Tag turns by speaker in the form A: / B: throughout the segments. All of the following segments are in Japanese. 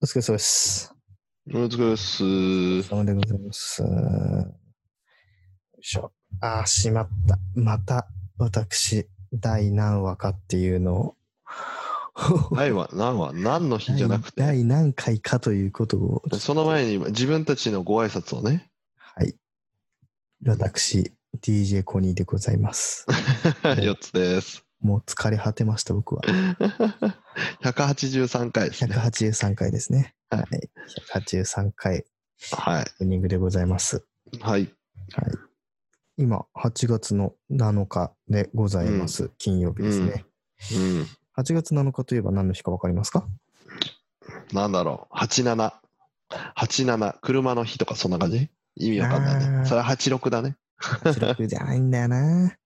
A: お疲れ様です。
B: お疲れっす。
A: お疲れ様でございます。よいしょ。ああ、しまった。また、私、第何話かっていうのを、
B: ないわ、なんは、何の日じゃなくて、
A: 第何回かということを、
B: その前に今自分たちのご挨拶をね。
A: はい。私、DJ コニーでござい ます。
B: 4つです。
A: もう疲れ果てました、僕は。
B: 183回ですね。
A: 183回ですね。
B: は
A: はいい。183回、オ
B: は
A: ープニングでございます。
B: い。はい。
A: はい。今、8月の7日でございます。金曜日ですね。
B: うんうん。
A: 8月7日といえば何の日か分かりますか
B: なんだろう。87。87。車の日とかそんな感じ意味わかんない
A: あー
B: ね。それは86だね。
A: ?86 じゃないんだよ な。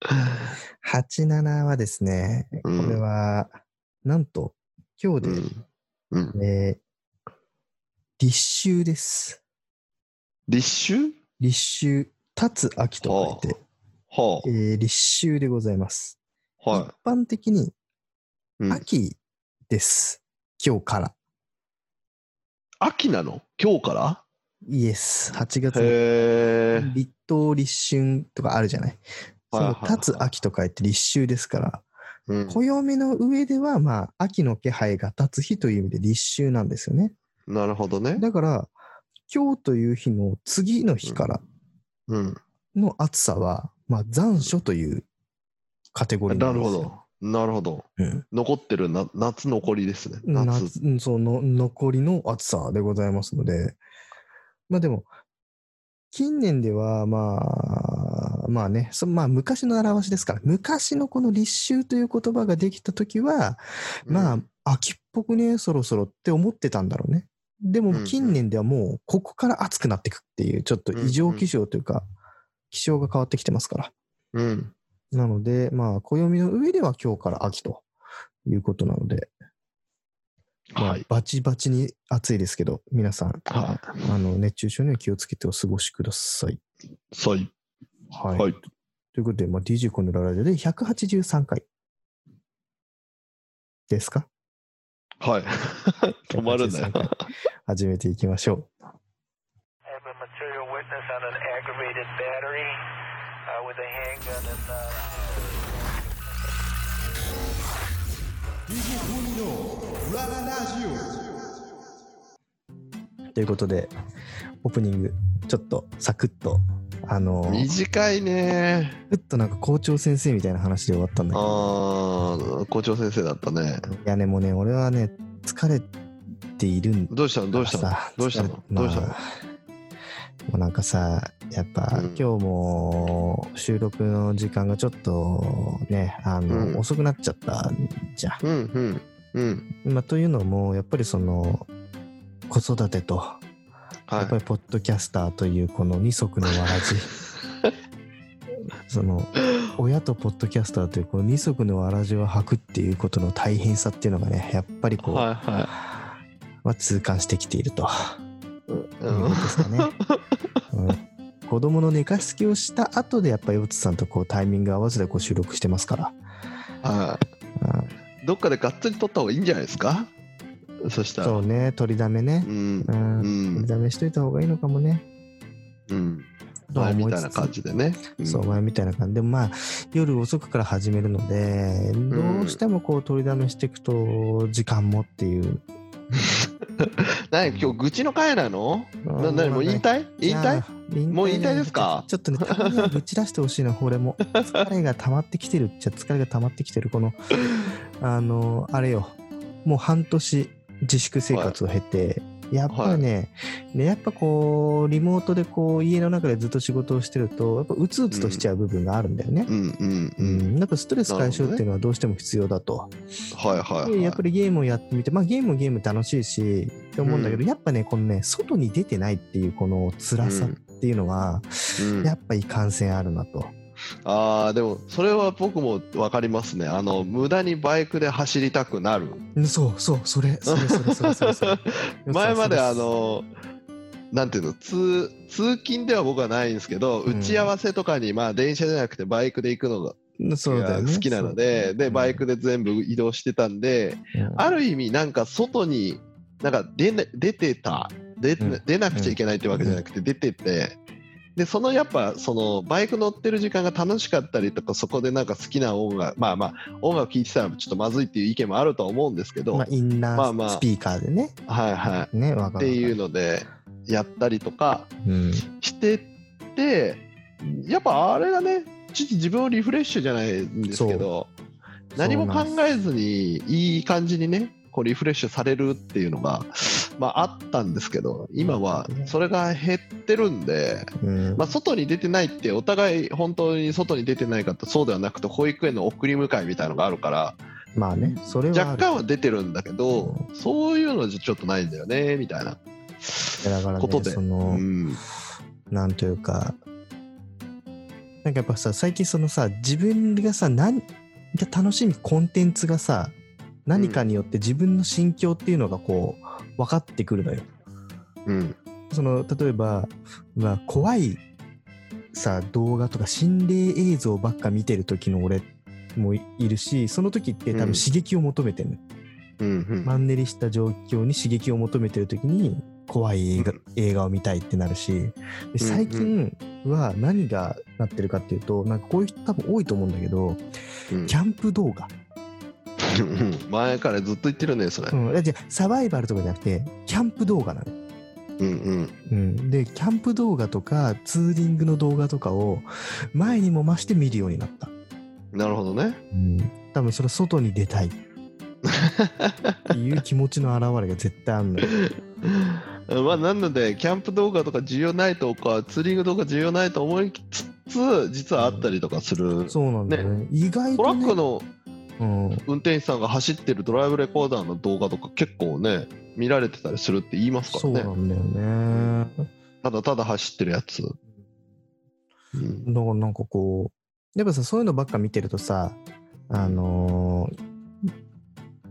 A: 87はですね、こ
B: うん
A: れは、なんと、今日
B: う
A: で、
B: ん。うん。
A: えー立秋です。
B: 立秋
A: 立秋、立つ秋と書いて、
B: は
A: えー立秋でございます。
B: あ。は
A: 一般的に
B: い。うん、
A: 秋です。今日から。
B: 秋なの今日から
A: イエス、8月の
B: へえ。
A: 立冬、立春とかあるじゃない。そ
B: はいはい
A: の
B: はい
A: 立つ秋と書いて立秋ですから、
B: うん
A: 暦の上では、まあ、秋の気配が立つ日という意味で立秋なんですよね。
B: なるほどね。
A: だから、今日という日の次の日から
B: うん。
A: の暑さは、まあ、残暑というカテゴリー
B: なんる
A: で
B: ほ
A: すよ。
B: ど。なるほど。
A: うん
B: 残ってるな夏残りですね。夏。
A: 夏うんその残りの暑さでございますので、まあでも、近年では、まあ、まあね、そまあ昔の表しですから、昔のこの立秋という言葉ができたときは、ま
B: うん、
A: あ、秋っぽくね、そろそろって思ってたんだろうね。で
B: うんう
A: も
B: ん
A: 近年ではもうここから暑くなっていくっていう、ちょっと異常気象というか、気象が変わってきてますから。
B: うん。
A: なので、まあ、暦の上では今日から秋ということなので、ま
B: は
A: あ
B: い。、
A: バチバチに暑いですけど、皆さん、あ
B: は
A: の、熱中症には気をつけてお過ごしください。
B: い。そうい。
A: は
B: はい。
A: ということで、まあ、DJ コネララジオで183回ですか
B: はい。止まるんだよ
A: 183。回始めていきましょう。
C: I have a material witness on an aggravated battery uh, with a handgun and. Uh,
D: DJ コニーの裏ラ
C: uh,
D: ジ
A: ということで、オープニング、ちょっとサクッと、あのー、サ
B: 短いね。
A: クッとなんか校長先生みたいな話で終わったんだけど、
B: ああ、校長先生だったね。
A: いやね、もうね、俺はね、疲れているんだ
B: どうしたのどうしたの
A: さ
B: どうしたの
A: 疲れ
B: どうしたの
A: まあもうなんかさ、やっぱ、
B: うん
A: 今日も収録の時間がちょっとね、あの、
B: うん
A: 遅くなっちゃったじゃん。
B: うんうんうん。
A: まあ、というのも、やっぱりその、子育てと、
B: は
A: やっぱ
B: い。
A: りポッドキャスターというこの二足のわら じその親とポッドキャスターというこの二足のわらじを履くっていうことの大変さっていうのがねやっぱりこう、
B: はいは
A: まあ、痛感してきていると
B: い。
A: いううこ
B: ん
A: とですか ね、うん、子供の寝かしつけをした後でやっぱりヨッツさんとこうタイミング合わせてこう収録してますから、
B: は
A: う
B: い。どっかでがっつり取った方がいいんじゃないですかそした
A: ん、
B: ら。
A: そう
B: う
A: ね取りだめね、
B: ん
A: う。
B: うん
A: 取り
B: ん。
A: だめしといた方がいいのかもね、
B: うん。
A: とは
B: 前
A: 思
B: み
A: つつ
B: たいな感じでね。ん
A: そう、前みたいな感じで、まあ、夜遅くから始めるので、どうしてもこう、取りだめしていくと、時間もっていう。
B: 何今日愚痴の回なのな何もう引退引退
A: 引
B: もう引退ですか
A: ちょっとね、たまにはぶち出してほしいな、俺 も。疲れが溜まってきてるっちゃ、疲れが溜まってきてる、この、あの、あれよ、もう半年自粛生活を経て、やっぱりね,、ね、やっぱこう、リモートでこう、家の中でずっと仕事をしてると、やっぱうつうつとしちゃう部分があるんだよね。
B: うんうん
A: う
B: うん。
A: ん、なんかストレス解消っていうのはどうしても必要だと。
B: はいはい、は
A: で
B: い。
A: やっぱりゲームをやってみて、まあゲームもゲーム楽しいし、って思うんだけど、
B: う
A: やっぱね、このね、外に出てないっていうこの辛さっていうのは、
B: うん
A: やっぱり感染あるなと。
B: ああでもそれは僕も分かりますねあの無駄にバイクで走りたくなる
A: うんそうそう、それ、それ、それ、それ、それ。そ れ
B: 前まであ、
A: よ
B: のなんていうの通通勤では僕はないんですけど、
A: うん
B: 打ち合わせとかにまあ電車じゃなくてバイクで行くのが
A: くそうだよね
B: 好きなので、でバイク
A: で、
B: で全部移動してたんで、
A: うん
B: ある意味なんか外になんか出な出てた出,、
A: うん
B: 出なくちゃいけないってわけじゃなくて出てて、でそのやっぱそのバイク乗ってる時間が楽しかったりとかそこでなんか好きな音楽まあまあ音楽聴いてたらちょっとまずいっていう意見もあるとは思うんですけど、
A: まあ、インナ
B: まあまあ
A: ースピーカーでね。
B: はいは
A: ね、わ
B: い
A: かるわか
B: って
A: る。
B: いうのでやったりとか
A: うん。
B: してってやっぱあれがねちょっと自分をリフレッシュじゃないんですけど何も考えずにいい感じにねこうリフレッシュされるっていうのが、まあ、あったんですけど今はそれが減ってるんで、
A: うん
B: まあ、外に出てないってお互い本当に外に出てないかとそうではなくて保育園の送り迎えみたいなのがあるから
A: まあね、それはある
B: 若干は出てるんだけどそういうのじゃちょっとないんだよねみたいな。
A: だから、ね、
B: ことで
A: その、
B: うん
A: なんというか、なんかやっぱさ、最近そのさ、自分がさ、何が楽しみコンテンツがさ、何かによって自分の心境っていうのがこう、分かってくるのよ。
B: うん
A: その、例えば、まあ、怖いさ、動画とか心霊映像ばっか見てる時の俺もいるし、その時って多
B: うん
A: 分刺激を求めてるのよ、
B: うんうん
A: マンネリした状況に刺激を求めてる時に怖い映画,、
B: うん
A: 映画を見たいってなるしで最近は何がなってるかっていうとなんかこういう人多分多いと思うんだけど
B: うん
A: キャンプ動画、
B: うん前からずっと言ってるねそれ
A: う。ん、じゃサバイバルとかじゃなくてキャンプ動画なの、
B: うんうん
A: うん、でキャンプ動画とかツーリングの動画とかを前にも増して見るようになった、
B: なるほどね。
A: うん、多分それは外に出たい っていう気持ちの表れが絶対あるのよ
B: まあなのでキャンプ動画とか需要ないとかツーリング動画需要ないと思いつつ実はあったりとかする。
A: そうなんだよね意外
B: トラ
A: と、
B: ッ
A: ね、
B: クの
A: うん、
B: 運転手さんが走ってるドライブレコーダーの動画とか結構ね見られてたりするって言いますか
A: そう
B: ら
A: な
B: ね
A: んだよね。
B: ただただ走ってるやつ、うん
A: だからなんかこう、やっぱさ、そういうのばっか見てるとさ、あのー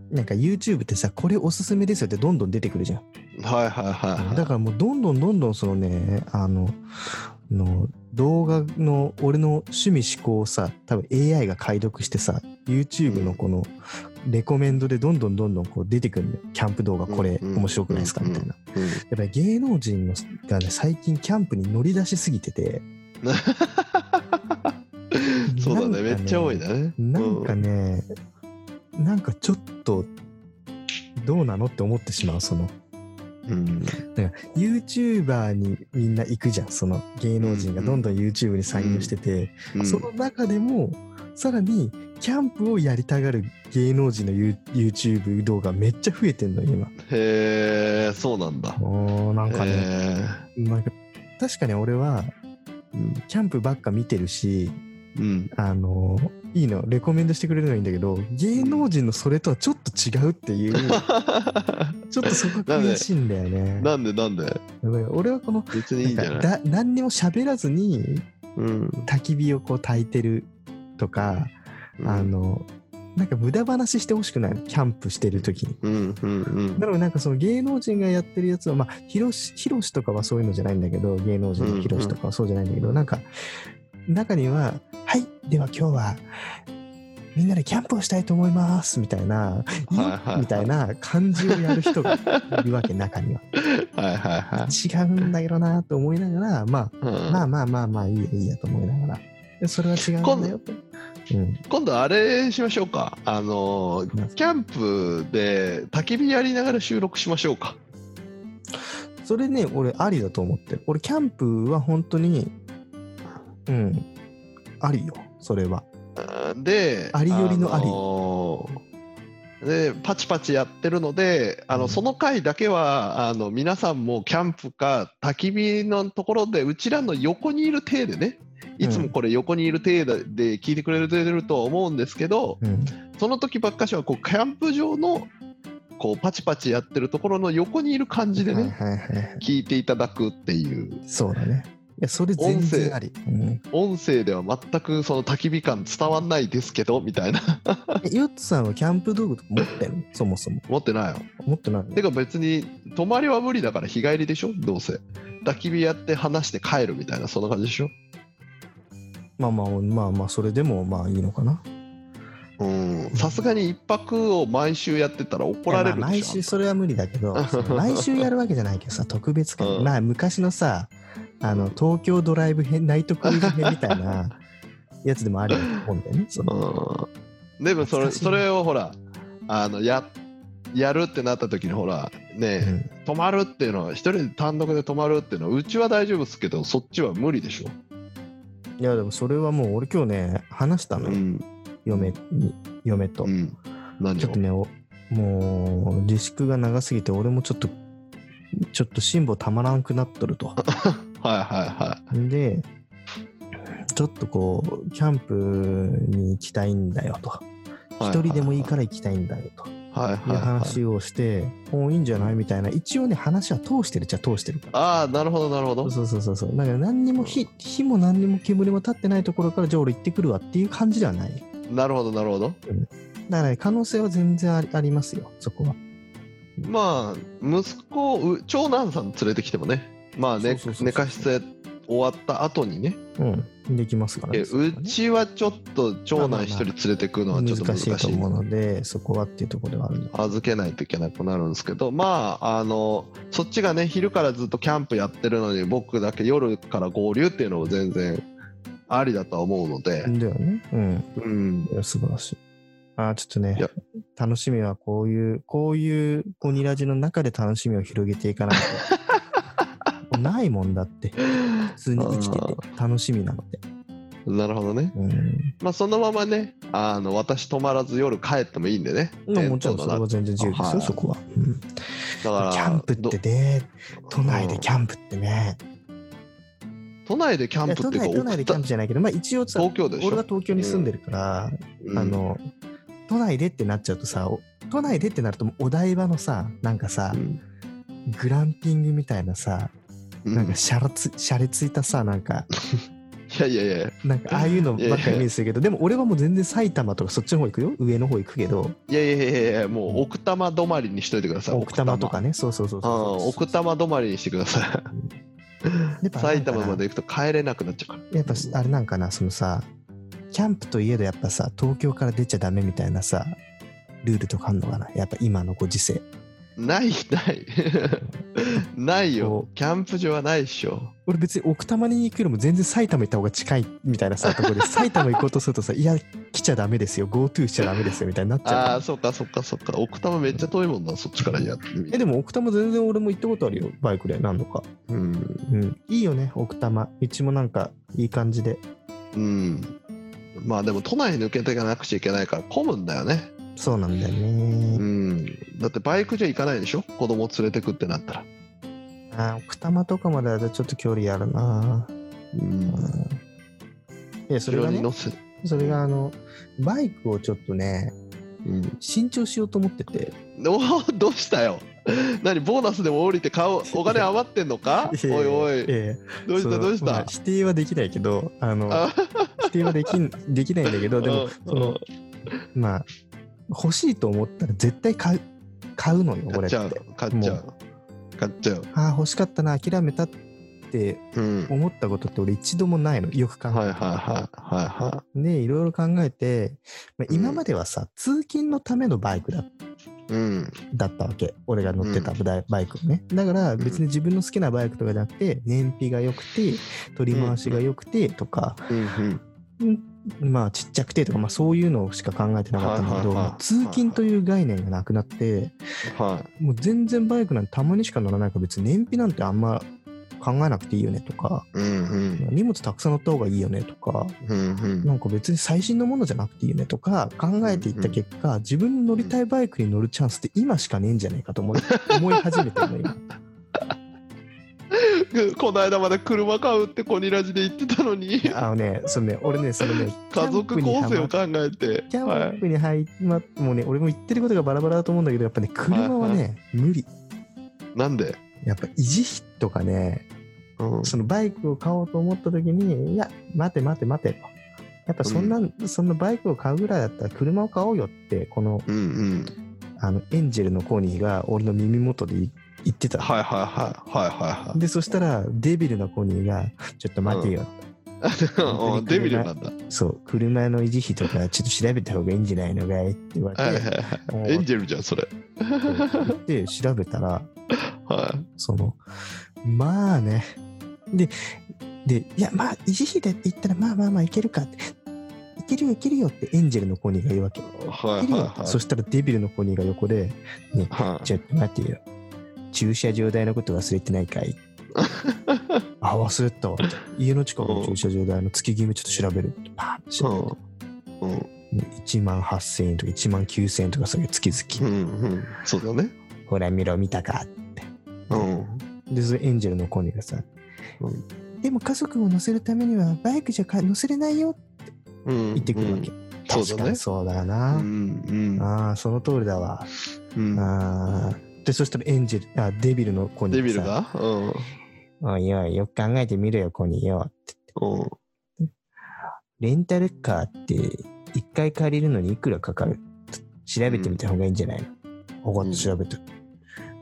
A: なんか YouTube ってさ、これおすすめですよってどんどん出てくるじゃん。
B: はいはいはいはい
A: だからもうどんどんどんどんそのね、あの、の動画の俺の趣味思考をさ、多分 AI が解読してさ、YouTube のこのレコメンドでどんどんどんどんこう出てくるんだよ。キャンプ動画これ
B: うん
A: 面白くないですかみたいな。
B: うん
A: やっぱり芸能人のがね最近キャンプに乗り出しすぎてて
B: そうだ
A: なん
B: ね
A: かね
B: めっちゃ多いね
A: なんかね、なんかちょっとどうなのって思ってしまうその
B: うん
A: だから YouTuber にみんな行くじゃんその芸能人がどんどん YouTube に参入してて、
B: うん
A: その中でもさらにキャンプをやりたがる芸能人の You- YouTube 動画めっちゃ増えてんの今
B: へえそうなんだ
A: おーなんかね、
B: へ
A: なんか確かに俺は
B: ーうん
A: キャンプばっか見てるし
B: うん
A: あのいいのレコメンドしてくれるのはいいんだけど芸能人のそれとはちょっと違うっていう ちょっとそこが悔しいんだよね。
B: なんでなんで
A: だから俺はこの
B: 別にいいんじゃ
A: なん
B: ない
A: かだ何にも喋らずに
B: うん
A: 焚き火をこう焚いてるとか、あのなんか無駄話してほしくないキャンプしてる時に。
B: うんうんうん
A: なのでなんかその芸能人がやってるやつはまあヒロシヒロシとかはそういうのじゃないんだけど芸能人のヒロシとかはそうじゃないんだけど、なんか中には「はいでは今日はみんなでキャンプをしたいと思います」みたいな「いいよ
B: はいはいはい
A: みたいな感じをやる人がいるわけ中には
B: はいはいはい
A: 違うんだけどなと思いながら、ま
B: う
A: あ、
B: ん
A: まあまあまあまあいいやいいやと思いながらでそれは違うんだよって、うん、
B: 今度あれしましょうかあのーキャンプで焚き火やりながら収録しましょうか
A: それね俺ありだと思ってる俺キャンプは本当にうんありよそれは。
B: で
A: ありよりのあり
B: のーでパチパチやってるのであの、
A: うん
B: その回だけはあの皆さんもキャンプか焚き火のところでうちらの横にいる体でねいつもこれ横にいる体でで聞いてくれてるとは思うんですけど、
A: うん
B: その時ばっかしはこうキャンプ場のこうパチパチやってるところの横にいる感じでね、
A: はいはいはいはい、
B: 聞いていただくっていう
A: そうだね。いや、それ全然あり。うん、
B: 音声では全くその焚き火感伝わんないですけどみたいな
A: えヨッツさんはキャンプ道具とか持ってるそもそも。
B: 持ってないよ。
A: 持ってないの
B: てか別に泊まりは無理だから日帰りでしょどうせ焚き火やって話して帰るみたいなそんな感じでしょ
A: まあまあ、まあまあ、それでもまあいいのかな。
B: うんさすがに一泊を毎週やってたら怒ら
A: い
B: れる
A: やまあ
B: で
A: 毎
B: し
A: 週
B: ょ
A: それは無理だけど その毎週やるわけじゃないけどさ特別感、
B: うん
A: まあ昔のさあの東京ドライブ編ナイトクルーズ編みたい なやつでもあるよと思うんだよねその
B: うんでもそ
A: 懐
B: れ
A: かしい
B: それをほらあのややるってなった時にほらね、
A: うん
B: 泊まるっていうのは一人で単独で泊まるっていうのはうちは大丈夫ですけどそっちは無理でしょ、
A: いやでもそれはもう俺今日ね話したの、
B: ん
A: 嫁に嫁と、
B: うん、何
A: ちょっとねおもう自粛が長すぎて俺もちょっとちょっと辛抱たまらんくなっとる と
B: はいはいは
A: でちょっとこうキャンプに行きたいんだよと
B: いはい
A: 一人でもいいから行きたいんだよと
B: はいはいいうはい
A: 話をして、もういいんじゃないみたいな、一応ね、話は通してるっちゃ通してるから。
B: ああなるほどなるほど
A: そうそうそうそう。だから何にも火、火も何にも煙も立ってないところから、じゃあ俺行ってくるわっていう感じではない。だか
B: なるほどなるほど
A: らね、可能性は全然ありありますよ、そこは。
B: まあ息子をう長男さん連れてきてもねまあ
A: そうそう
B: ね
A: そうそう
B: 寝かしつ終わった後にね
A: うん、できますから
B: え
A: ね。そこは
B: う
A: ね
B: ちはちょっと長男一人連れてくのはちょっと難
A: 難
B: し
A: し
B: い
A: いと思うので、そこはっていうところではあるの
B: 預けないといけなくなるんですけどまああのそっちがね昼からずっとキャンプやってるのに僕だけ夜から合流っていうのも全然ありだとは思うので、
A: だよね。うん。
B: うん
A: いや素晴らしい。ああ、ちょっとね
B: いや、
A: 楽しみはこういう、こういうゴニラジの中で楽しみを広げていかない と。もうないもんだって、普通に生きてて楽しみなんて。
B: なるほどね
A: うん。
B: まあそのままねあの私泊まらず夜帰ってもいいんでね
A: まあもちろんそれは全然自由です
B: はい
A: よ、そこは。うん
B: だから
A: キャンプってね、
B: ど
A: 都内でキャンプってね。
B: うん都内でキャ
A: い
B: ン
A: や
B: プ
A: 都
B: って
A: 内
B: いう
A: 都
B: か
A: 内でキャンプじゃないけど、まあ一応さ、
B: 東京でしょ
A: 俺は東京に住んでるから、
B: うん
A: あの、都内でってなっちゃうとさ、お都内でってなるともうお台場のさ、なんかさ
B: う、ん
A: グランピングみたいなさ、
B: うん
A: なんかシャラつ、シャレついたさ、なんか、
B: いやいやいや
A: なんかああいうのばっかりイメージするけど、でも俺はもう全然埼玉とかそっちの方行くよ。上の方行くけど、
B: いやいやいやいやもう奥多摩止まりにしといてください
A: 奥多摩とかね、そうそうそう
B: うん
A: そう。
B: 奥多摩止まりにしてくださ
A: やっ
B: い
A: ぱ
B: 埼玉まで行くと帰れなくなっちゃうから
A: やっぱあれなんかな、そのさ、キャンプといえどやっぱさ、東京から出ちゃダメみたいなさ、ルールとかあんのかな。やっぱ今のご時世。
B: ないない ないよ
A: こ
B: キャンプ場はないっしょ
A: 俺別に奥多摩に行くよりも全然埼玉行った方が近いみたいなさ、と ころで埼玉行こうとするとさ、いや、来ちゃダメですよ、GoTo しちゃダメですよみたいになっちゃうか
B: あ
A: ら
B: あ。そうかそうかそうか奥多摩めっちゃ遠いもんなそっちからやってみ
A: え、でも奥多摩全然俺も行ったことあるよ、バイクで何度か。
B: うん
A: うん、いいよね、奥多摩。道もなんかいい感じで。
B: うんまあでも都内抜けていかなくちゃいけないから混むんだよね
A: そうなんだよ
B: う
A: ね。
B: んだってバイクじゃ行かないでしょ子供連れてくってなったら
A: あー奥多摩とかまではちょっと距離あるな。
B: うん
A: いや、それが、
B: に
A: ね
B: 乗、せ
A: それがあの、バイクをちょっとね、
B: うん
A: 新調しようと思ってて。
B: おーどうしたよ何ボーナスでも降りて買うお金余ってんの かおいおい
A: ええ
B: どうし
A: そ
B: た
A: の
B: どうし
A: まあ
B: た
A: 否定はできないけど、あの、
B: あ
A: 否定はできん できないんだけど、で
B: うん
A: も、その、まあ、欲しいと思ったら絶対買う買うのよ、
B: 買
A: 俺っ
B: っち
A: て。
B: ゃう買っちゃう買っちゃう
A: ああ、欲しかったな、諦めたって
B: うん
A: 思ったことって俺一度もないの、よく考え
B: はい
A: た
B: は
A: ら
B: いはいはいは
A: で、いろいろ考えて、まあ、
B: うん
A: 今まではさ、通勤のためのバイクだ
B: いうん
A: だったわけ。俺が乗ってた
B: う
A: バイバイクをね。だから別に自分の好きなバイクとかじゃなくて、燃費が良くて、取り回しが良くてとか、
B: うん
A: まあちっちゃくてとか、まあそういうのしか考えてなかったんだけど、
B: はいはいはい
A: もう通勤という概念がなくなって、
B: うんはい
A: もう全然バイクなんてたまにしか乗らないから別に燃費なんてあんま考えなくていいよねとか、
B: うんうん
A: 荷物たくさん乗った方がいいよねとか、
B: うんうん
A: なんか別に最新のものじゃなくていいよねとか考えていった結果、自分の乗りたいバイクに乗るチャンスって今しかねえんじゃないかと思い思い始めてるの今。
B: この間まで車買うってコニラジで言ってたのに
A: あのね、そのね、俺ね、そのね、
B: 家族構成を
A: キ
B: 考えて
A: ャ
B: は
A: ン
B: い
A: プに入まもうね、俺も言ってることがバラバラだと思うんだけど、やっぱね、車は
B: はい
A: ね、無理。
B: なんで
A: やっぱ維持費とかね、
B: うん
A: そのバイクを買おうと思った時に、いや、待て待て待てと。やっぱそんな、そんなバイクを買うぐらいだったら車を買おうよって、この、
B: うんうん
A: あの、エンジェルのコーニーが俺の耳元で言言ってたの。
B: はいはいはいはいはいはい
A: で、そしたら、デビルのコニーが、ちょっと待てよ、本当に車
B: デビルなんだ。
A: そう、車の維持費とかちょっと調べた方がいいんじゃないのかいって言われ
B: はいはい
A: て、
B: は
A: もう
B: いエンジェルじゃん、それ。
A: で調べたら、
B: はい。
A: その、まあね。で、で、いや、まあ、維持費で言ったら、まあまあまあ、いけるかって。いけるよ、いけるよってエンジェルのコニーが言うわけ。い
B: はいは
A: け
B: い
A: るよって
B: は
A: そしたらデビルのコニーが横で、
B: い。は
A: ちょっと待ってよ。駐車場代のこと忘れてないかい あ、忘れてたわ。家の近くの駐車場代の月決めちょっと調べる。パーンって
B: い。
A: 調べて
B: うん。うん。
A: 1万8000円とか1万9000円とかそういう月
B: う
A: 々、
B: んうん。そうだね。
A: ほら見ろ見たか
B: うん。
A: でそれエンジェルのコニーがさ、
B: う
A: でも家族を乗せるためにはバイクじゃか乗せれないよって
B: うん。
A: 言ってくるわけ、
B: そうだね
A: 確かにそうだ
B: う
A: な、
B: んうん
A: ああその通りだわ、
B: うん。
A: あーでそしたらエンジェルあデビルのコニー
B: デビルがうん。
A: おいおいよく考えてみろよコニーよ
B: うん。
A: レンタルカーって一回借りるのにいくらかかる調べてみた方がいいんじゃないの、分かった調べて、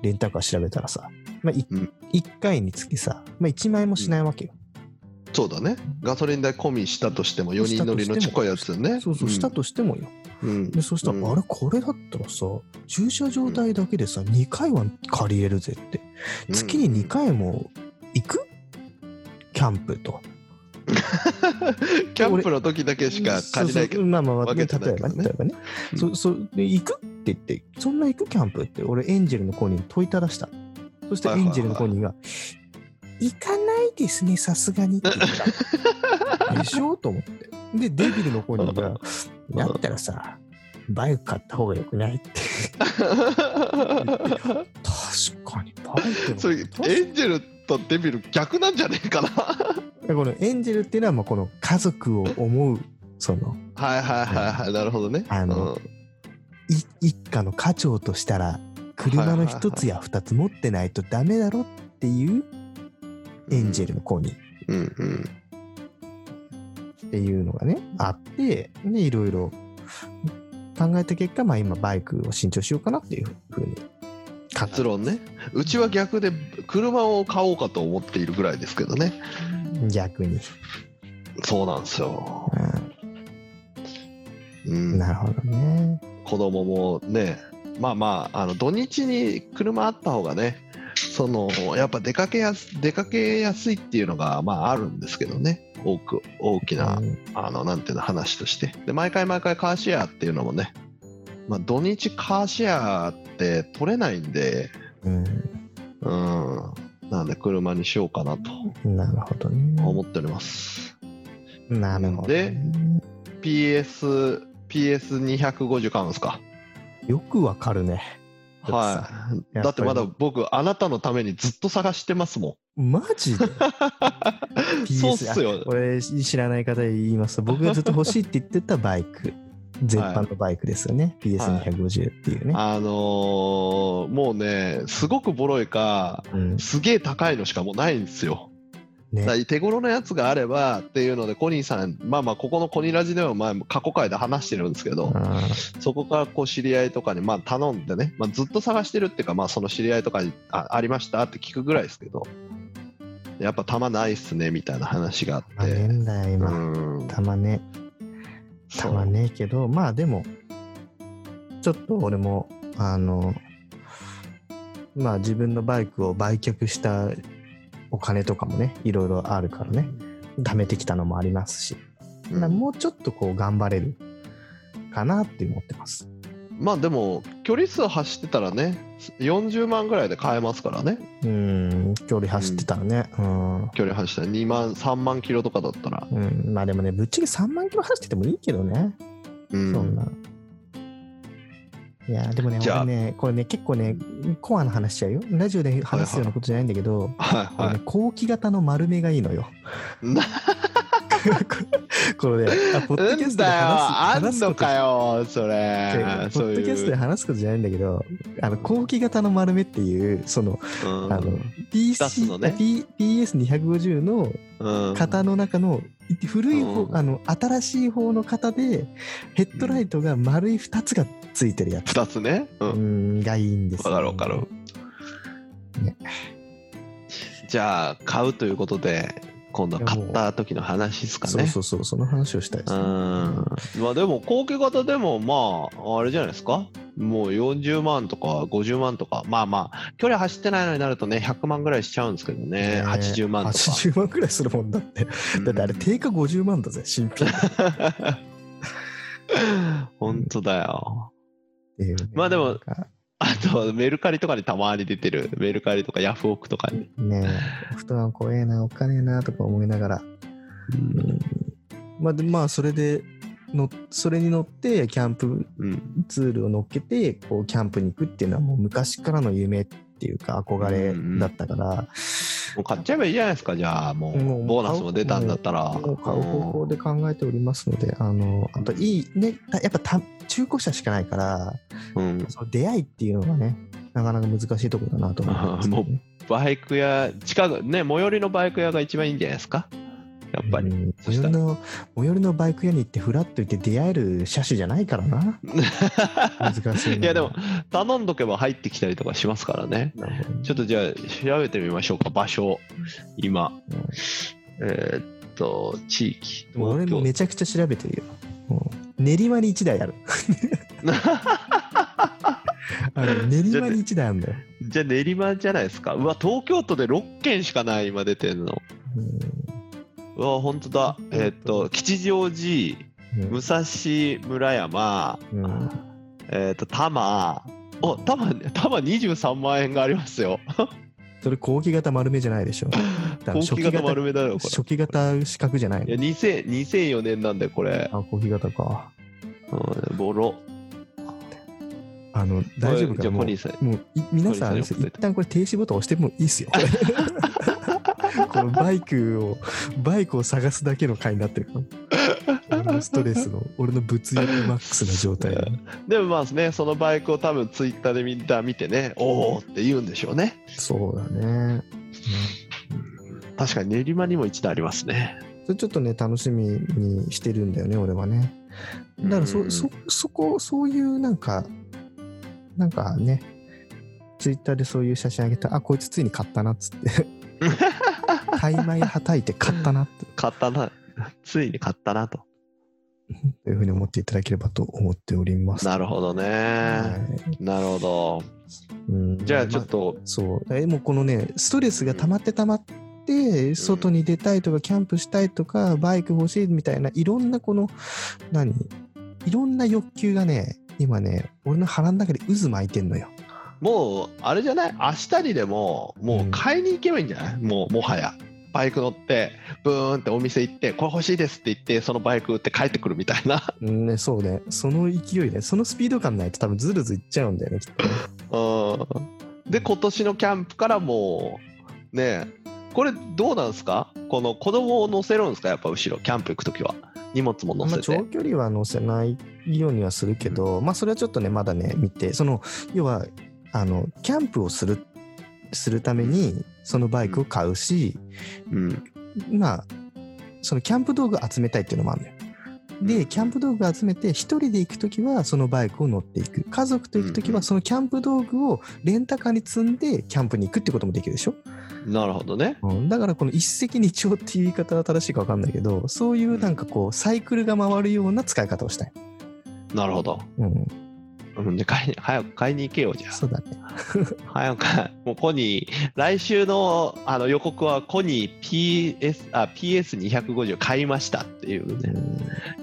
A: レンタカー調べたらさ、まあい
B: うん
A: 一回につきさ、まあ、1万円もしないわけよ、
B: そうだね。ガソリン代込みしたとしても、4人乗りのちっこいやつだよね。
A: そうそうしたとしてもよ、
B: うん。
A: でそしたら、
B: うん
A: あれこれだったらさ駐車場代だけでさ2回は借りれるぜって
B: うん
A: 月に2回も行くキャンプと
B: キャンプの時だけしか借りないけ
A: そうそう
B: ど。
A: まあまあまあ
B: わ
A: 例
B: け
A: え
B: じゃないけど
A: ばね
B: ね
A: 例えばね、
B: うん
A: そそで行くって言ってそんな行くキャンプって俺エンジェルの子に問いただしたそしたら
B: は
A: エ
B: い
A: ン
B: はいはい
A: ジェルの子にが、行かないですねさす がにって言ったでしょと思ってでデビルの子にがだったらさバイク買った方がよくないって確かにバイクの
B: それ、エンジェルとデビル逆なんじゃねえかな。
A: このエンジェルっていうのはまあこの家族を思うその
B: はいはいはいはい。なるほどね。
A: あの
B: うん
A: い一家の家長としたら車の一つや二つ持ってないとダメだろっていうエンジェルの子に
B: うんうん。
A: っていうのがねあってでいろいろ考えた結果まあ今バイクを新調しようかなっていうふうに
B: 結論ね。うちは逆で車を買おうかと思っているぐらいですけどね。
A: 逆に、
B: そうなんですよ。う
A: うんん、なるほどね
B: 子供もねまあまああの土日に車あった方がねそのやっぱ出かけやす出かけやすいっていうのがまああるんですけどね多く大きな
A: うん
B: あのなんていうの話としてで毎回毎回カーシェアっていうのもね、まあ、土日カーシェアって取れないんで
A: うん
B: うんなんで車にしようかなと
A: なるほどね
B: 思っております
A: なるほど、ね、
B: PS PS250 買うんですか
A: よくわかるね
B: はい。
A: やっぱり
B: だってまだ僕、あなたのためにずっと探してますも
A: マジで
B: ん。そうっすよ。
A: 俺知らない方に言いますと僕がずっと欲しいって言ってたバイク絶版のバイクですよね、PS250 っていうね、
B: あのーもうね、すごくボロいか、
A: うん
B: すげえ高いのしかもうないんですよ。だか
A: ね
B: ら手頃なやつがあればっていうので、コニーさん、まあまあ、ここのコニラジでは前、過去回で話してるんですけど、
A: あ
B: そこからこう知り合いとかにまあ頼んでね、まあ、ずっと探してるっていうか、まあ、その知り合いとかにあありましたって聞くぐらいですけど、やっぱたまないっすねみたいな話があ
A: まあ
B: って。
A: ねえんだよ
B: う
A: 今、
B: ん
A: たまねたまねえけどまあでもちょっと俺もあのまあ自分のバイクを売却したお金とかもねいろいろあるからね貯めてきたのもありますし、
B: うん
A: だからもうちょっとこう頑張れるかなって思ってます
B: まあでも距離数走ってたらね40万ぐらいで買えますからね
A: うん距離走ってたらねうん、
B: 距離走ったら2万3万キロとかだったら、
A: うんまあでもねぶっちゃけ3万キロ走っててもいいけどね、
B: うん
A: そんないやでもね
B: じゃあ
A: 俺ねこれね結構ねコアな話しちゃうよラジオで話すようなことじゃないんだけど、
B: はい
A: 俺
B: は
A: ね後期型の丸めがいいのよ
B: いな
A: これねあポッド
B: ん
A: キャストで
B: だよあ
A: 話
B: ん
A: す話す
B: の
A: こと
B: かよそ
A: 違う
B: れ
A: ポ
B: そう
A: ッドキャスト
B: い
A: で
B: う、
A: 話すことじゃないんだけどあの後期型の丸めっていうその
B: うん
A: あの
B: 出す
A: PC
B: のね
A: P- PS250 の
B: うん
A: 型の中の古い方、
B: うん
A: あの新しい方の型でヘッドライトが丸い2つがついてるやつ、
B: 2つねう
A: うんん、がいいんです
B: わかるわかる
A: ね
B: じゃあ買うということで今度は買った時の話ですか
A: そう
B: ね。
A: そうそう、その話をしたいで
B: う
A: す、
B: んまあでも後継型でもまああれじゃないですかもう40万とか50万とかまあまあ距離走ってないのになるとね100万ぐらいしちゃうんですけどね、80万とか
A: 80万くらいするもんだって。だってあれ、 定価50万だぜ、新品。っ
B: 本当だよ
A: ていうね
B: まあでも
A: なんか
B: あとメルカリとかにたまに出てるメルカリとかヤフオクとかに、
A: ねえ、布団怖えな、おっかねえなとか思いながら。うんまあ、でまあ、それでの、それに乗って、キャンプ
B: うん
A: ツールを乗っけて、こう、キャンプに行くっていうのは、もう昔からの夢っていうか、憧れだったから、
B: もう買っちゃえばいいじゃないですかじゃあも
A: もう
B: うボーナスも出たんだったら
A: もう買う方向で考えておりますので、あの、あと、いい、ね、たやっぱた中古車しかないから、
B: うん
A: その出会いっていうのがね、なかなか難しいところだなと思います、ね。
B: あーもバイク屋近くね最寄りのバイク屋が一番いいんじゃないですかやっぱり、
A: うん
B: そ
A: 最
B: し
A: 寄
B: た
A: り
B: ら
A: の最寄りのバイク屋に行ってフラッと行って出会える車種じゃないから な難しいない
B: やでも頼んどけば入ってきたりとかしますからね
A: なるほど
B: ちょっとじゃあ調べてみましょうか場所今えーっと地域
A: でも俺も
B: 東京
A: めちゃくちゃ調べてるよもう練馬に1台ある あの練馬に1台あるんだよ
B: じゃあ練馬じゃないですかうわ東京都で6軒しかない今出てんのうわ本当だえーっと吉祥寺
A: うん
B: 武蔵村山、
A: うん
B: えーっと多摩お多摩多摩23万円がありますよ
A: それ後期型丸めじゃないで しょ多分
B: 後期型丸めだよこ
A: 初期型資格じゃない
B: れいや2000 2004年なんだよこれ、
A: あ後期型か
B: うん、ボロ
A: あの大丈夫
B: これ
A: か
B: じ
A: な
B: ゃあ
A: も
B: コ
A: う
B: ニーさん
A: もうい皆さんあれ
B: これ
A: です
B: にさ
A: 一旦これ停止ボタン押してもいいっ すよ。 このバイクをバイクを探すだけの回になってるから。俺のストレスの俺の物欲マックスな状態。
B: でもまあねそのバイクを多分ツイッターでみんな見てねおおって言うんでしょうね
A: そうだね。
B: 確かに練馬にも一度ありますね
A: それちょっとね楽しみにしてるんだよね俺はね。だからそ,、
B: うん
A: そそこそういうなんかなんかねツイッターでそういう写真あげたあこいつついに買ったなっつ って。大枚はたいて買ったなって。
B: 買ったな ついに買ったなと
A: というふうに思っていただければと思っております。
B: なるほどね、
A: はい
B: なるほど
A: うん
B: じゃあちょっと
A: まあ、そうえもうこのねストレスが溜まって溜まって外に出たいとかキャンプしたいとかバイク欲しいみたいないろんなこの何いろんな欲求がね今ね俺の腹の中で渦巻いてんのよ。
B: もうあれじゃない明日にでももう買いに行けばいいんじゃない、もうもはやバイク乗ってブーンってお店行ってこれ欲しいですって言ってそのバイク売って帰ってくるみたいな
A: うんねそうねその勢いねそのスピード感ないと多分ズルズルいっちゃうんだよねきっとね。
B: うんで今年のキャンプからもうねえこれどうなんですかこの子供を乗せるんですかやっぱ後ろキャンプ行く時は荷物も
A: あ
B: 乗
A: んま
B: せて、
A: 長距離は乗せないようにはするけど、まあそれはちょっとねまだね見てその要はあのキャンプをするするためにそのバイクを買うし、
B: うん、
A: まあそのキャンプ道具集めたいっていうのもあるのよ。
B: う
A: で
B: ん
A: キャンプ道具集めて一人で行く時はそのバイクを乗っていく家族と行く時
B: うんう
A: は
B: ん
A: そのキャンプ道具をレンタカーに積んでキャンプに行くってこともできるでしょ、
B: なるほどね
A: うん、だからこの一石二鳥っていう言い方は正しいか分かんないけどそういうなんかこうサイクルが回るような使い方をしたい。
B: なるほど、
A: うん
B: うん、で買いに早く買いに行けよじゃあ
A: そうだね。
B: 早く もうコニー来週のあの予告はコニー PS あ PS250 買いましたっていう、ね、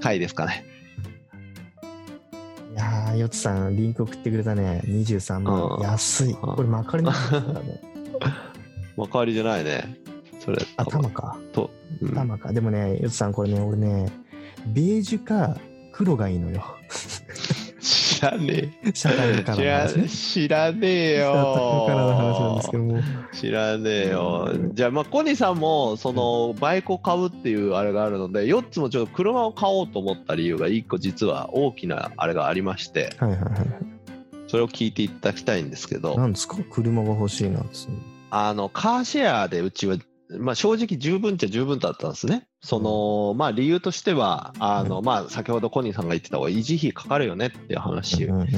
B: 回ですかね
A: いやー、よつさん、リンク送ってくれたね。23万
B: う。ん
A: 安い。これ、マカリの頭だね。
B: まあ変わりじゃないねそれ
A: あ、
B: 多分
A: 玉か。
B: うん
A: 玉か。でもね、よつさん、これね、俺ね、ベージュか黒がいいの よ。
B: 知らね
A: 車体
B: え
A: から
B: 知
A: の
B: ら
A: 話ね。
B: 知らねえ
A: 車体からの話なん
B: よ
A: ですけども。
B: 知らねえよじゃあまあコニーさんもそのバイクを買うっていうあれがあるので4つもちょっと車を買おうと思った理由が1個実は大きなあれがありまして
A: はいはいはい。
B: それを聞いていただきたいんですけど
A: なんですか車が欲しいなんつうの
B: あの、カーシェアでうちは、まあ、正直十分っちゃ十分だったんですね。その、まあ、理由としては、あの、まあ、先ほどコニーさんが言ってた維持費かかるよねっていう話
A: うんうんうん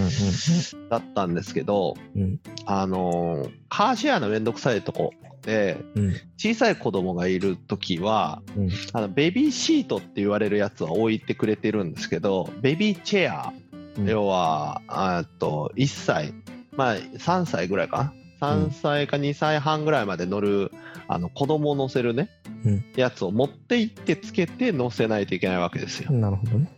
B: だったんですけど、
A: うん
B: あの、カーシェアのめんどくさいとこで
A: うん
B: 小さい子供がいる時は
A: うん
B: あのベビーシートって言われるやつは置いてくれてるんですけどベビーチェア、
A: うん
B: 要はあと1歳まあ3歳ぐらいかな
A: うん
B: 3歳か2歳半ぐらいまで乗るあの子供を乗せるね、
A: うん
B: やつを持って行ってつけて乗せないといけないわけですよ。
A: なるほどね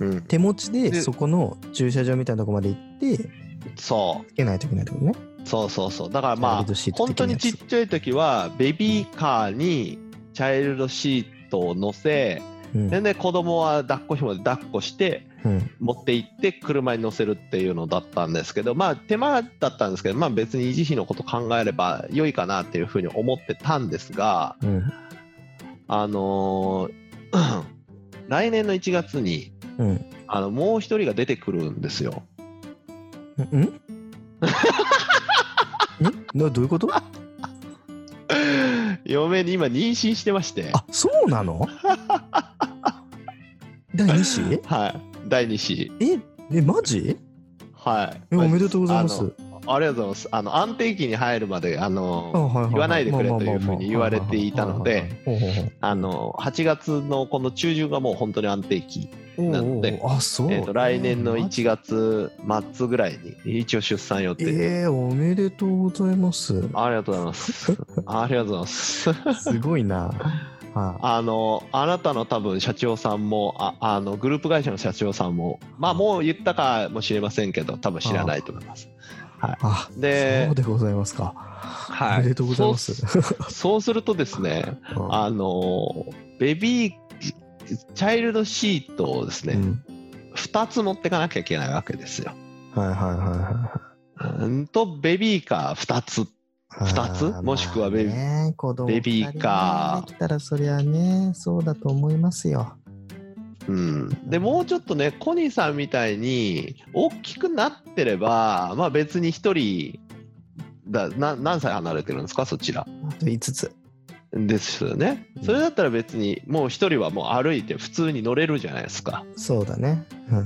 B: うん、
A: 手持ちで
B: で
A: そこの駐車場みたいなとこまで行って
B: そ
A: つけないといけないってことね
B: うそうそうそうだから
A: チャイ
B: ま
A: ルドシー
B: あ
A: ト
B: 本
A: 的
B: 当
A: なや
B: に
A: つ
B: ちっちゃい時はベビーカーにチャイルドシートを乗せ、
A: うん
B: でね子供は抱っこ紐で抱っこして
A: うん
B: 持って行って車に乗せるっていうのだったんですけどまあ手間だったんですけどまあ別に維持費のこと考えれば良いかなっていうふうに思ってたんですが
A: うん
B: あのー 来年の1月に
A: うん
B: あのもう一人が出てくるんですよ。
A: うんんえなどういうことあ
B: 嫁に今妊娠してまして、
A: そうなの 第2子
B: はい、第2子、
A: ええマジ
B: はい、
A: えおめでとうございます
B: あのありがとうございます。あの安定期に入るまであのー
A: 言
B: 言わないでくれというふうに言われていたので、
A: ほうほうほう
B: あの8月のこの中旬がもう本当に安定期、なので
A: おうおうおうあそう、
B: えー、と来年の
A: えー
B: 1月末ぐらいに一応出産予定で、
A: えー、おめでとうございます。
B: ありがとうございます ありがとうございます
A: すごいな。は
B: あのあなたの多分社長さんもああのグループ会社の社長さんもまあもう言ったかもしれませんけど多分知らないと思います
A: あ、あ
B: で
A: そうでございますか。
B: はい
A: おめでとうございます。
B: そうするとですね
A: あ、
B: あのベビーチャイルドシートをです
A: う
B: ね、
A: ん、
B: 2つ持ってかなきゃいけないわけですよ
A: はいはいはいは
B: うんとベビーカー2つ
A: い。
B: 二つ
A: あー
B: もしくはベビ
A: まあね子供
B: ベビーか
A: 二人できたらそりゃね、そうだと思いますよ。
B: うん、でもうちょっとねコニーさんみたいに大きくなってれば、まあ、別に1人だな何歳離れてるんですかそちら
A: あと5つ。
B: ですよねそれだったら別にもう1人はもう歩いて普通に乗れるじゃないですか、
A: そうだね。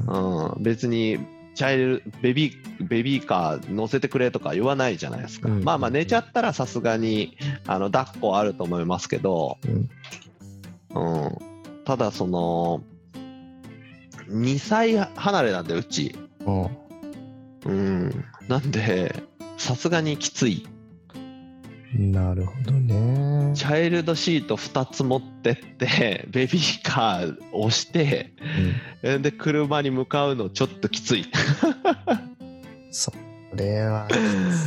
A: うん
B: うん、別にチャイルベビーベビーカー乗せてくれとか言わないじゃないですか、
A: うん
B: まあまあ寝ちゃったらさすがにあの抱っこはあると思いますけど、
A: うん
B: うん、ただその2歳離れなんでうち
A: うん
B: うん、なんでさすがにきつい
A: なるほどね。
B: チャイルドシート2つ持ってってベビーカー押して
A: うん
B: で車に向かうのちょっときつい
A: それはき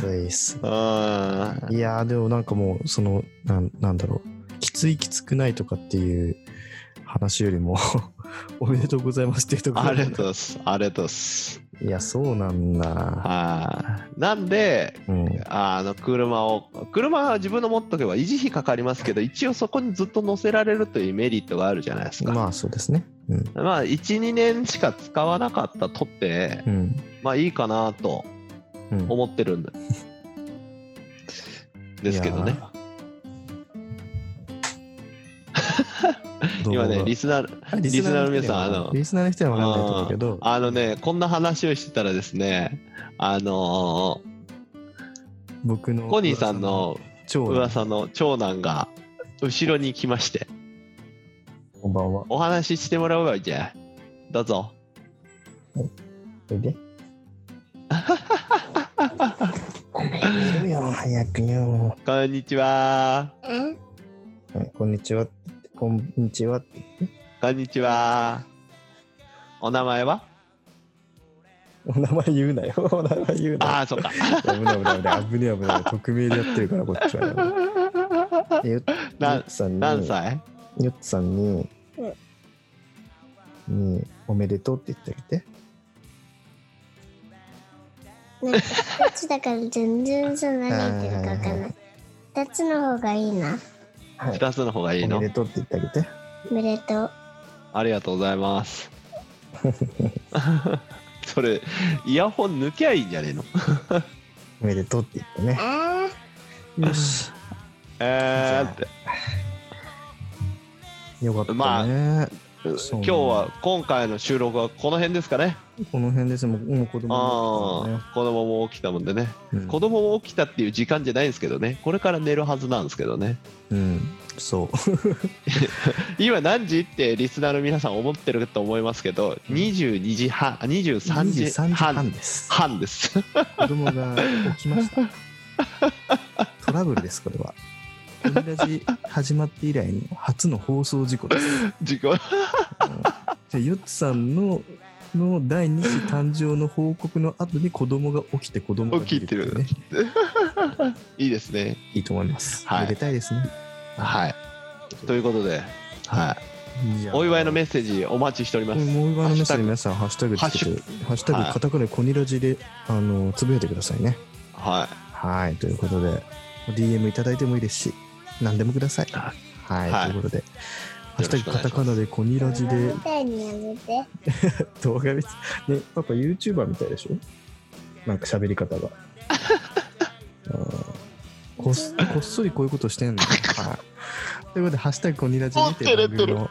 A: ついっすね
B: あー
A: いやーでもなんかもうそのなんなんだろうきついきつくないとかっていう話よりも おめでとうございますっていうところ
B: ありがとうございますありがとうございます
A: いやそうなんだ、
B: はいなんで
A: うん、
B: あの車を車は自分の持っとけば維持費かかりますけど一応そこにずっと乗せられるというメリットがあるじゃないですか、ま
A: まあそうですねうん、
B: あ、12年しか使わなかったとって
A: うん
B: まあいいかなと
A: うん、
B: 思ってるんでですけどね
A: いどう
B: 今ねリスナー
A: あリ
B: リスナーの皆さ
A: 人
B: ん
A: には
B: あの
A: リスナーの人は分かんないと思うけど
B: あのねこんな話をしてたらですねあの
A: 僕
B: ー
A: の
B: コニーさんの
A: 超
B: 噂の長男が後ろに来まして
A: こんばんは
B: お話ししてもらおうよじゃあどうぞ
A: お いでごめん寝るよ早くよ
B: こんにちは
A: はいこんにちは。こんにちは。
B: こんにちはお名前は
A: お名前言うなよ。 お名前言うなよ。
B: ああそっか
A: 危ない危ない危ない。危ない危ない。匿名でやってるから、こっちは。 えよっ
B: な
A: よっつさんに、
B: 何歳
A: よっつさんに、に、おめでとうって言ってあげて。
E: なんか二つだから全然その何言ってるかわかんない。二つの方がいいな。
A: はい。
B: 2つの方がいい
A: お
B: の
A: めでとうって言ってあげて。
E: おめでとう。
B: ありがとうございます。 それ、イヤホン抜きゃいいんじゃねえの
A: おめでとうって言って
E: あ
A: ね。よし。
B: えーって。
A: よかったね。そ
B: ま
A: う
B: 今
A: ね
B: 日は今回の収録はこの辺ですかね
A: この辺ですもうもう子供
B: あ
A: もいるか
B: あ子供も起きたもんでね、
A: らねうん
B: 子供も起きたっていう時間じゃないんですけどねこれから寝るはずなんですけどね
A: うんそう
B: 今何時ってリスナーの皆さん思ってると思いますけど
A: うん
B: 22時半あ23時
A: 23
B: 半
A: 時半です
B: 半です
A: 子供が起きましたトラブルですこれは「オリラジ」始まって以来の初の放送事故です
B: 時間
A: でヨッツさんのの第2子誕生の報告の後に子供が起きて子供が出っていうね
B: いいですね
A: いいと思います、
B: はい
A: めでたいですね
B: はいということで、はい、
A: じゃあ
B: お祝いのメッセージお待ちしております、
A: もうお祝いのメッセージ
B: ハッシュタグ
A: 皆さんハッシュタグつけてハッシュタグ
B: はい
A: カタカナでコニラジであのつぶやいてくださいね
B: は
A: はいということで DM いただいてもいいですし何でもください
B: は
A: はい、
B: はい
A: ということで「ハッシュタ
B: よろしく
A: グ
B: お
A: カ
B: 願いします
A: タカナでコニラジ」で
E: みたいにやめて。
A: 動画見てねパパ YouTuber みたいでしょなんか喋り方 があーこっこっそりこういうことしてんの、はい、ということで「ハッシュタグコニラジ」にて番組の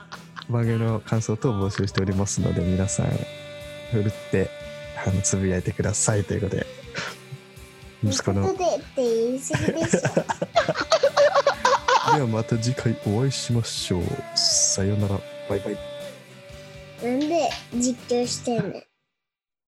A: 番組の感想等を募集しておりますので皆さんふるってあのつぶやいてくださいということで息子
E: とい
A: の
E: うことでって言い過ぎでしょ。
A: ではまた次回お会いしましょうさようならバイバイ
E: なんで実況してんねん。